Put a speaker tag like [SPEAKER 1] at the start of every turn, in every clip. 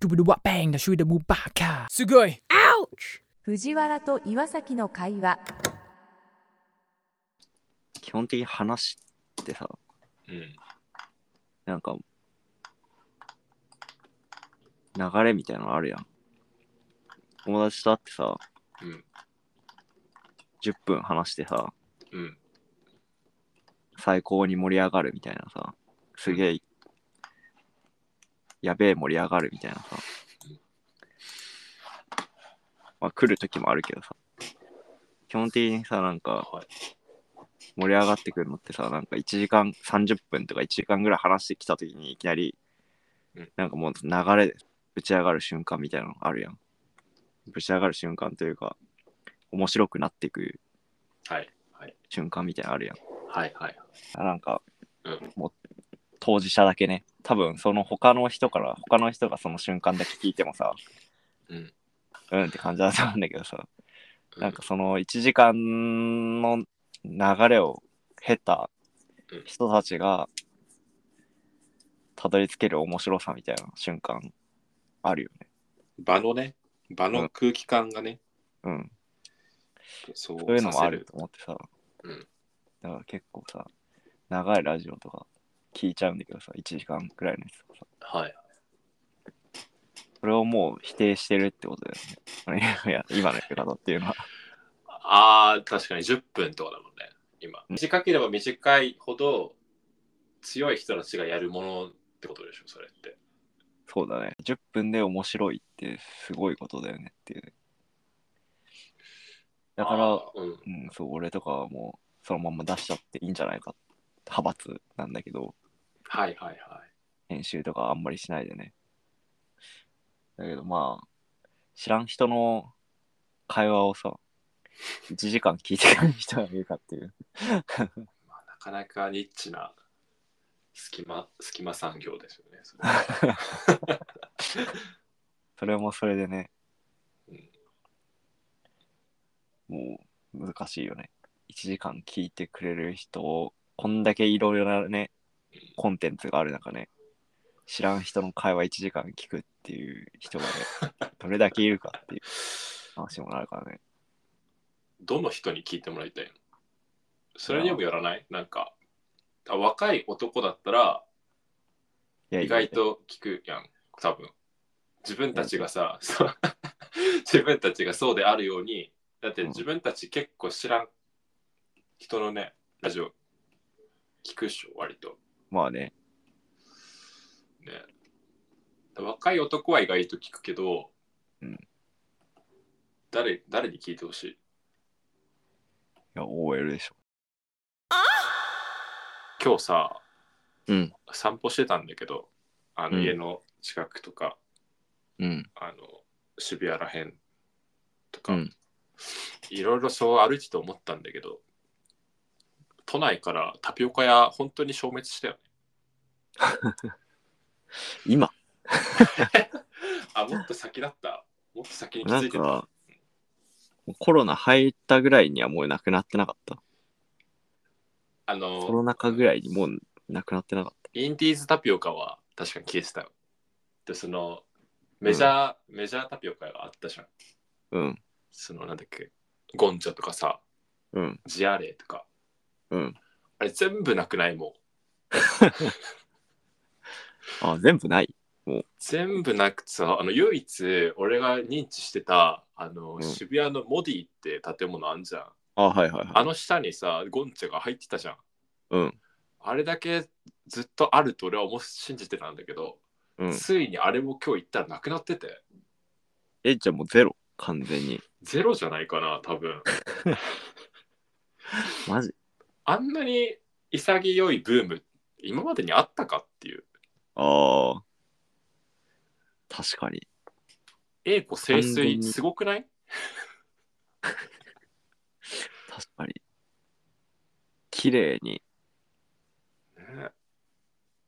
[SPEAKER 1] ブルワペンダシュダムバカすごい
[SPEAKER 2] 藤原と岩崎の会話
[SPEAKER 3] 基本的に話ってさ、
[SPEAKER 4] うん。
[SPEAKER 3] なんか、流れみたいなのあるやん。友達と会ってさ、
[SPEAKER 4] うん
[SPEAKER 3] 10分話してさ、
[SPEAKER 4] うん。
[SPEAKER 3] 最高に盛り上がるみたいなさ、すげえ、やべえ盛り上がるみたいなさ、まあ来る時もあるけどさ、基本的にさ、なんか
[SPEAKER 4] はい、
[SPEAKER 3] 盛り上がってくるのってさ、なんか1時間30分とか1時間ぐらい話してきた時にいきなり
[SPEAKER 4] うん、
[SPEAKER 3] なんかもう流れでぶち上がる瞬間みたいなのあるやん。ぶち上がる瞬間というか、面白くなっていく
[SPEAKER 4] はい。はい。
[SPEAKER 3] 瞬間みたいなのあるやん。
[SPEAKER 4] はい。はい。
[SPEAKER 3] あなんか、
[SPEAKER 4] うん
[SPEAKER 3] もう当事者だけね多分その他の人から他の人がその瞬間だけ聞いてもさ
[SPEAKER 4] うん。
[SPEAKER 3] うんって感じだと思うんだけどさ
[SPEAKER 4] う
[SPEAKER 3] なんか、その1時間の流れを経た人たちがたどり着ける面白さみたいな瞬間あるよね
[SPEAKER 4] 場のね、場の空気感がね、
[SPEAKER 3] うんそ
[SPEAKER 4] そ
[SPEAKER 3] ういうのもある
[SPEAKER 4] さ
[SPEAKER 3] と思ってさ、
[SPEAKER 4] うん
[SPEAKER 3] だから結構さ長いラジオとか聞いちゃうんだけどさ1時間くらいのやつとかさ
[SPEAKER 4] せる。はい。
[SPEAKER 3] それをもう否定してるってことだよね。 いや今のやり方っていうのは。
[SPEAKER 4] ああ、確かに10分とかだもんね、今。
[SPEAKER 3] うん
[SPEAKER 4] 短ければ短いほど強い人たちがやるものってことでしょ、それって。
[SPEAKER 3] そうだね。10分で面白いってすごいことだよねっていうね。だから、
[SPEAKER 4] あー、うん。
[SPEAKER 3] うん、そう、俺とかはもうそのまま出しちゃっていいんじゃないかって派閥なんだけど、
[SPEAKER 4] はいはいはい。
[SPEAKER 3] 編集とかあんまりしないでね。だけどまあ、知らん人の会話をさ、1時間聞いてくれる人がいるかっていう。
[SPEAKER 4] まあ、なかなかニッチな隙間隙間産業ですよね。 それ
[SPEAKER 3] それもそれでね
[SPEAKER 4] うん、
[SPEAKER 3] もう難しいよね。1時間聞いてくれる人を、こんだけいろいろなね、コンテンツがある中ね、知らん人の会話1時間聞くっていう人が ね、どれだけいるかっていう話もあるからね。
[SPEAKER 4] どの人に聞いてもらいたいのそれにもよらないなんかあ若い男だったら
[SPEAKER 3] いや
[SPEAKER 4] 意外。と聞くやん多分自分たちがさそう 自分たちがそうであるようにだって
[SPEAKER 3] うん
[SPEAKER 4] 自分たち結構知らん人のねラジオ聞くっしょ割と
[SPEAKER 3] まあね、
[SPEAKER 4] ね若い男は意外と聞くけど、
[SPEAKER 3] うん
[SPEAKER 4] 誰誰に聞いてほしい
[SPEAKER 3] いや、OL でしょ。
[SPEAKER 4] 今日さ
[SPEAKER 3] うん。
[SPEAKER 4] 散歩してたんだけどあの
[SPEAKER 3] うん
[SPEAKER 4] 家の近くとか、
[SPEAKER 3] うん。
[SPEAKER 4] あの渋谷らへんとか、
[SPEAKER 3] うん
[SPEAKER 4] いろいろそう歩いてて思ったんだけど都内からタピオカ屋本当に消滅したよね
[SPEAKER 3] 今、
[SPEAKER 4] あもっと先だったもっと先に気
[SPEAKER 3] な
[SPEAKER 4] づ
[SPEAKER 3] ん
[SPEAKER 4] いてた
[SPEAKER 3] か、コロナ入ったぐらいにはもうなくなってなかった。
[SPEAKER 4] あ
[SPEAKER 3] コロ
[SPEAKER 4] の
[SPEAKER 3] ナ禍ぐらいにもうなくなってなかった。
[SPEAKER 4] インディーズタピオカは確かに消えてたよでそのメジャー、メジャータピオカがあったじゃん
[SPEAKER 3] うん、
[SPEAKER 4] そのなんだっけゴンチャとかさ
[SPEAKER 3] うん、
[SPEAKER 4] ジアレイとか
[SPEAKER 3] うん。
[SPEAKER 4] あれ全部なくないもう
[SPEAKER 3] あ、全部ない。
[SPEAKER 4] 全部なくてさあの唯一俺が認知してたあの、
[SPEAKER 3] うん
[SPEAKER 4] 渋谷のモディって建物あんじゃん
[SPEAKER 3] あ、はいはいは
[SPEAKER 4] あ
[SPEAKER 3] い。
[SPEAKER 4] の下にさゴンチャが入ってたじゃん
[SPEAKER 3] うん、
[SPEAKER 4] あれだけずっとあると俺は思う信じてたんだけど、
[SPEAKER 3] うん。
[SPEAKER 4] ついにあれも今日行ったらなくなってて
[SPEAKER 3] え、じゃあもうゼロ、完全に。
[SPEAKER 4] ゼロじゃないかな多分
[SPEAKER 3] マジ
[SPEAKER 4] あんなに潔いブーム今までにあったかっていう
[SPEAKER 3] ああ。確かに。
[SPEAKER 4] 英子清
[SPEAKER 3] 完全
[SPEAKER 4] 水
[SPEAKER 3] に
[SPEAKER 4] すごくない
[SPEAKER 3] 確かに。綺麗に、
[SPEAKER 4] ね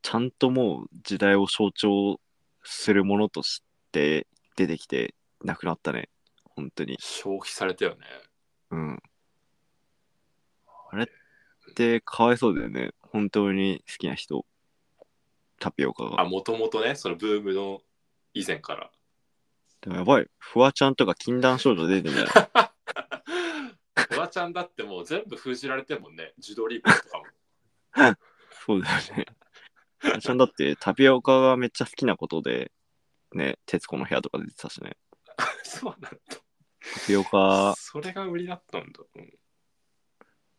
[SPEAKER 3] ちゃんともう時代を象徴するものとして出てきて、なくなったね。本当に。
[SPEAKER 4] 消費されたよね
[SPEAKER 3] うん。あれってかわいそうだよね。本当に好きな人。タピオカが。
[SPEAKER 4] あもともとねそのブームの以前から。
[SPEAKER 3] でもやばい。フワちゃんとか禁断症状出てんじゃない
[SPEAKER 4] フワちゃんだってもう全部封じられてんもんね。自撮り棒とかも。
[SPEAKER 3] そうだよね。フワちゃんだってタピオカがめっちゃ好きなことで、ね、徹子の部屋とか出てたしね。
[SPEAKER 4] そうなん
[SPEAKER 3] タピオカ
[SPEAKER 4] だ。、それが売りだったんだ。うん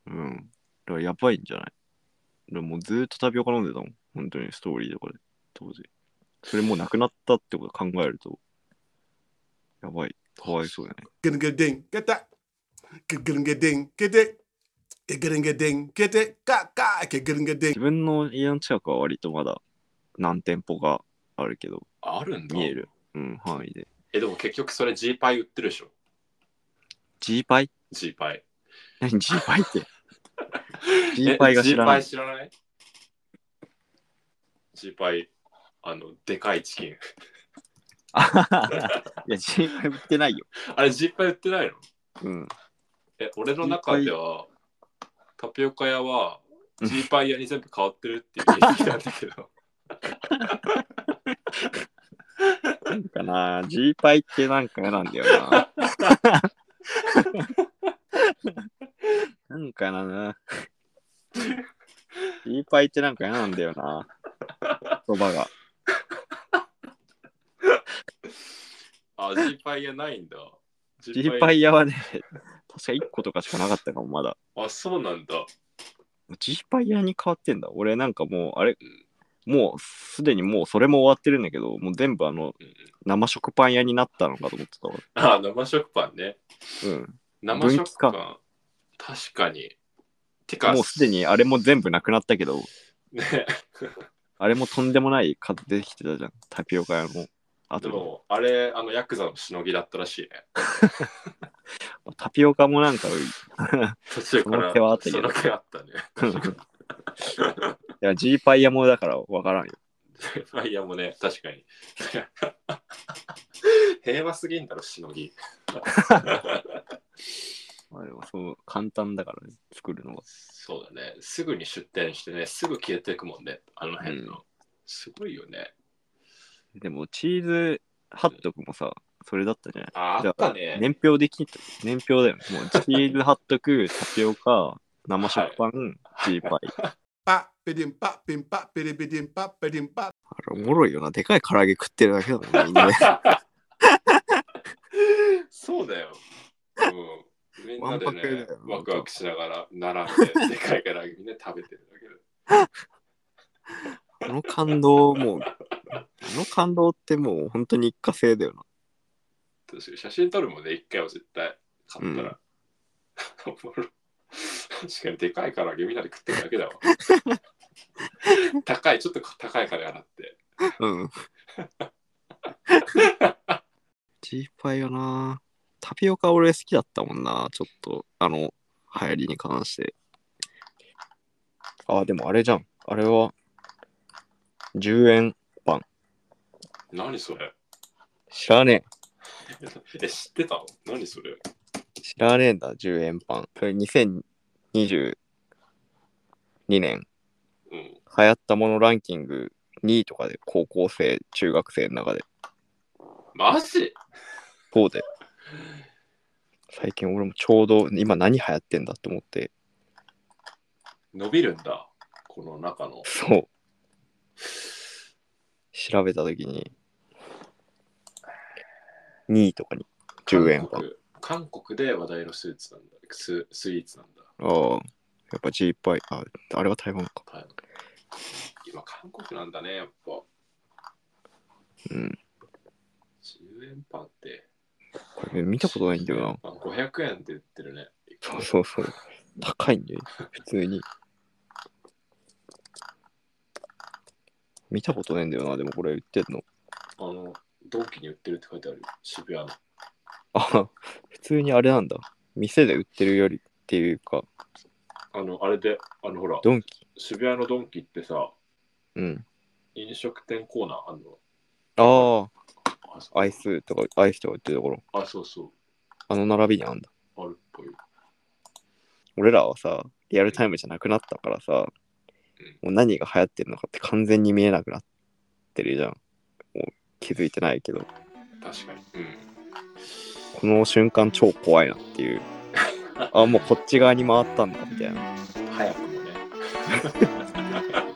[SPEAKER 3] うん。だからやばいんじゃないでももうずーっとタピオカ飲んでたもん。本当にストーリーとかで、当時。それもうなくなったってこと考えると、やばい。かわいそうだね。
[SPEAKER 5] Get get ding, get that. Get get get ding, get it. Get get get ding, get it. Ka ka. Get get get ding.
[SPEAKER 3] 自分の家の近くは割とまだ何店舗かあるけど、
[SPEAKER 4] あるんだ。
[SPEAKER 3] 見える。うん、範囲で。
[SPEAKER 4] え、でも結局それ G パイ売ってるでしょ。
[SPEAKER 3] G パイ
[SPEAKER 4] G パイ。
[SPEAKER 3] 何 G パイって ?G パイが知らな
[SPEAKER 4] え G パイ
[SPEAKER 3] い。
[SPEAKER 4] 知らない ?G パイ、あの、でかいチキン。
[SPEAKER 3] いや、G パイ売ってないよ。
[SPEAKER 4] あれ G パイ売ってないの
[SPEAKER 3] うん。
[SPEAKER 4] え、俺の中では、タピオカ屋は
[SPEAKER 3] うん
[SPEAKER 4] G パイ屋に全部変わってるっていう認識なんだけど。
[SPEAKER 3] なんかな、G パイってなんか嫌なんだよな。なんか嫌だな。G パイってなんか嫌なんだよな。言葉が。
[SPEAKER 4] あ、G パイ屋ないんだ。
[SPEAKER 3] G パイ屋はね、確か1個とかしかなかったかも、まだ。
[SPEAKER 4] あ、そうなんだ。
[SPEAKER 3] G パイ屋に変わってんだ。俺なんかもう、あれ、もうすでにもうそれも終わってるんだけど、もう全部あの、生食パン屋になったのかと思ってたわ。
[SPEAKER 4] あ、生食パンね。
[SPEAKER 3] うん。
[SPEAKER 4] 生
[SPEAKER 3] 分
[SPEAKER 4] 食
[SPEAKER 3] 岐
[SPEAKER 4] パ
[SPEAKER 3] か
[SPEAKER 4] ン。確かに。てか、
[SPEAKER 3] もうすでにあれも全部なくなったけど、
[SPEAKER 4] ね、
[SPEAKER 3] あれもとんでもない数出てきてたじゃん。タピオカ屋の。あ
[SPEAKER 4] で
[SPEAKER 3] と、
[SPEAKER 4] も、あれ、あの、ヤクザのしのぎだったらしいね。
[SPEAKER 3] タピオカもなんか、い
[SPEAKER 4] 途中か
[SPEAKER 3] そ
[SPEAKER 4] ら、
[SPEAKER 3] の手はあったけど
[SPEAKER 4] その手はあったね。
[SPEAKER 3] や、ジーパイ屋もだからわからんよ。
[SPEAKER 4] ファイヤーもね、確かに。 平和すぎんだろ、しのぎ。
[SPEAKER 3] まあでもそう、簡単だからね、作るのが。
[SPEAKER 4] そうだね。すぐに出店してね、すぐ消えていくもんね、あの辺の。すごいよね。
[SPEAKER 3] でも、チーズハットクもさ、それだったじゃない
[SPEAKER 4] ああったね。
[SPEAKER 3] 年表でき年表だよね。もう、チーズハットク、タピオカ、生食パン、ジーパイ。
[SPEAKER 5] Pa pidim, pa pim, pa pidim, pidim, pa pidim, pa.
[SPEAKER 3] あれ、おもろいよな。でかい唐揚げ食ってるだけだもん、みん なね
[SPEAKER 4] そうだよ。うん。みんなで
[SPEAKER 3] わんぱくだ
[SPEAKER 4] ね
[SPEAKER 3] よ、
[SPEAKER 4] ワクワクしながら並んで、でかいからみんな食べてるだけ
[SPEAKER 3] あ
[SPEAKER 4] ど。
[SPEAKER 3] の感動、もう、あの感動ってもう本当に一過性だよな。
[SPEAKER 4] 確かに写真撮るもんね、一回は絶対買ったら。おもろ確かにでかいから揚げみんなで食ってるだけだわ。高い、ちょっと高いから払って。
[SPEAKER 3] うん。ジーパイよな。タピオカ俺好きだったもんな。ちょっと、あの、流行りに関して。あ、でもあれじゃん。あれは、10円。
[SPEAKER 4] 何それ
[SPEAKER 3] 知らね
[SPEAKER 4] え、知ってたの何それ
[SPEAKER 3] え。知らねえんだ、10円パン。それ2022年、
[SPEAKER 4] うん。
[SPEAKER 3] 流行ったものランキング2位とかで、高校生、中学生の中で。
[SPEAKER 4] マジ
[SPEAKER 3] そうで。最近俺もちょうど今何流行ってんだって思って、
[SPEAKER 4] 伸びるんだ。この中の。
[SPEAKER 3] そう。調べたときに、2位とかに10円パ
[SPEAKER 4] 韓
[SPEAKER 3] ン。
[SPEAKER 4] 国韓国で話題のスーツなんだススイーツなんだ
[SPEAKER 3] ああ、やっぱ G パイ。あ、あれは台湾か。
[SPEAKER 4] はい今韓国なんだねやっぱ
[SPEAKER 3] うん。
[SPEAKER 4] 10円パンって
[SPEAKER 3] これ見たことないんだよ
[SPEAKER 4] な500円って言ってるね
[SPEAKER 3] な。そうそうそう。高いんだよ、普通に。見たことないんだよな、でもこれ売ってんの。
[SPEAKER 4] あの同期に売ってるって書いてあるよ渋谷の
[SPEAKER 3] あ、普通にあれなんだ。店で売ってるよりっていうか、
[SPEAKER 4] あのあれであのほら
[SPEAKER 3] ドンキ。
[SPEAKER 4] 渋谷のドンキってさ
[SPEAKER 3] うん。
[SPEAKER 4] 飲食店コーナーあんの
[SPEAKER 3] あ
[SPEAKER 4] あそ
[SPEAKER 3] あ、アイスとか、アイスとか売ってるところ、
[SPEAKER 4] あそうそ
[SPEAKER 3] あの並びにあんだ。
[SPEAKER 4] うあるっぽい
[SPEAKER 3] 俺らはさ、リアルタイムじゃなくなったからさ、もう何が流行ってるのかって完全に見えなくなってるじゃん。もう気づいてないけど、
[SPEAKER 4] 確かに。うん。
[SPEAKER 3] この瞬間超怖いなって いう。あ、もうこっち側に回ったんだみたいな。
[SPEAKER 4] 早くもね。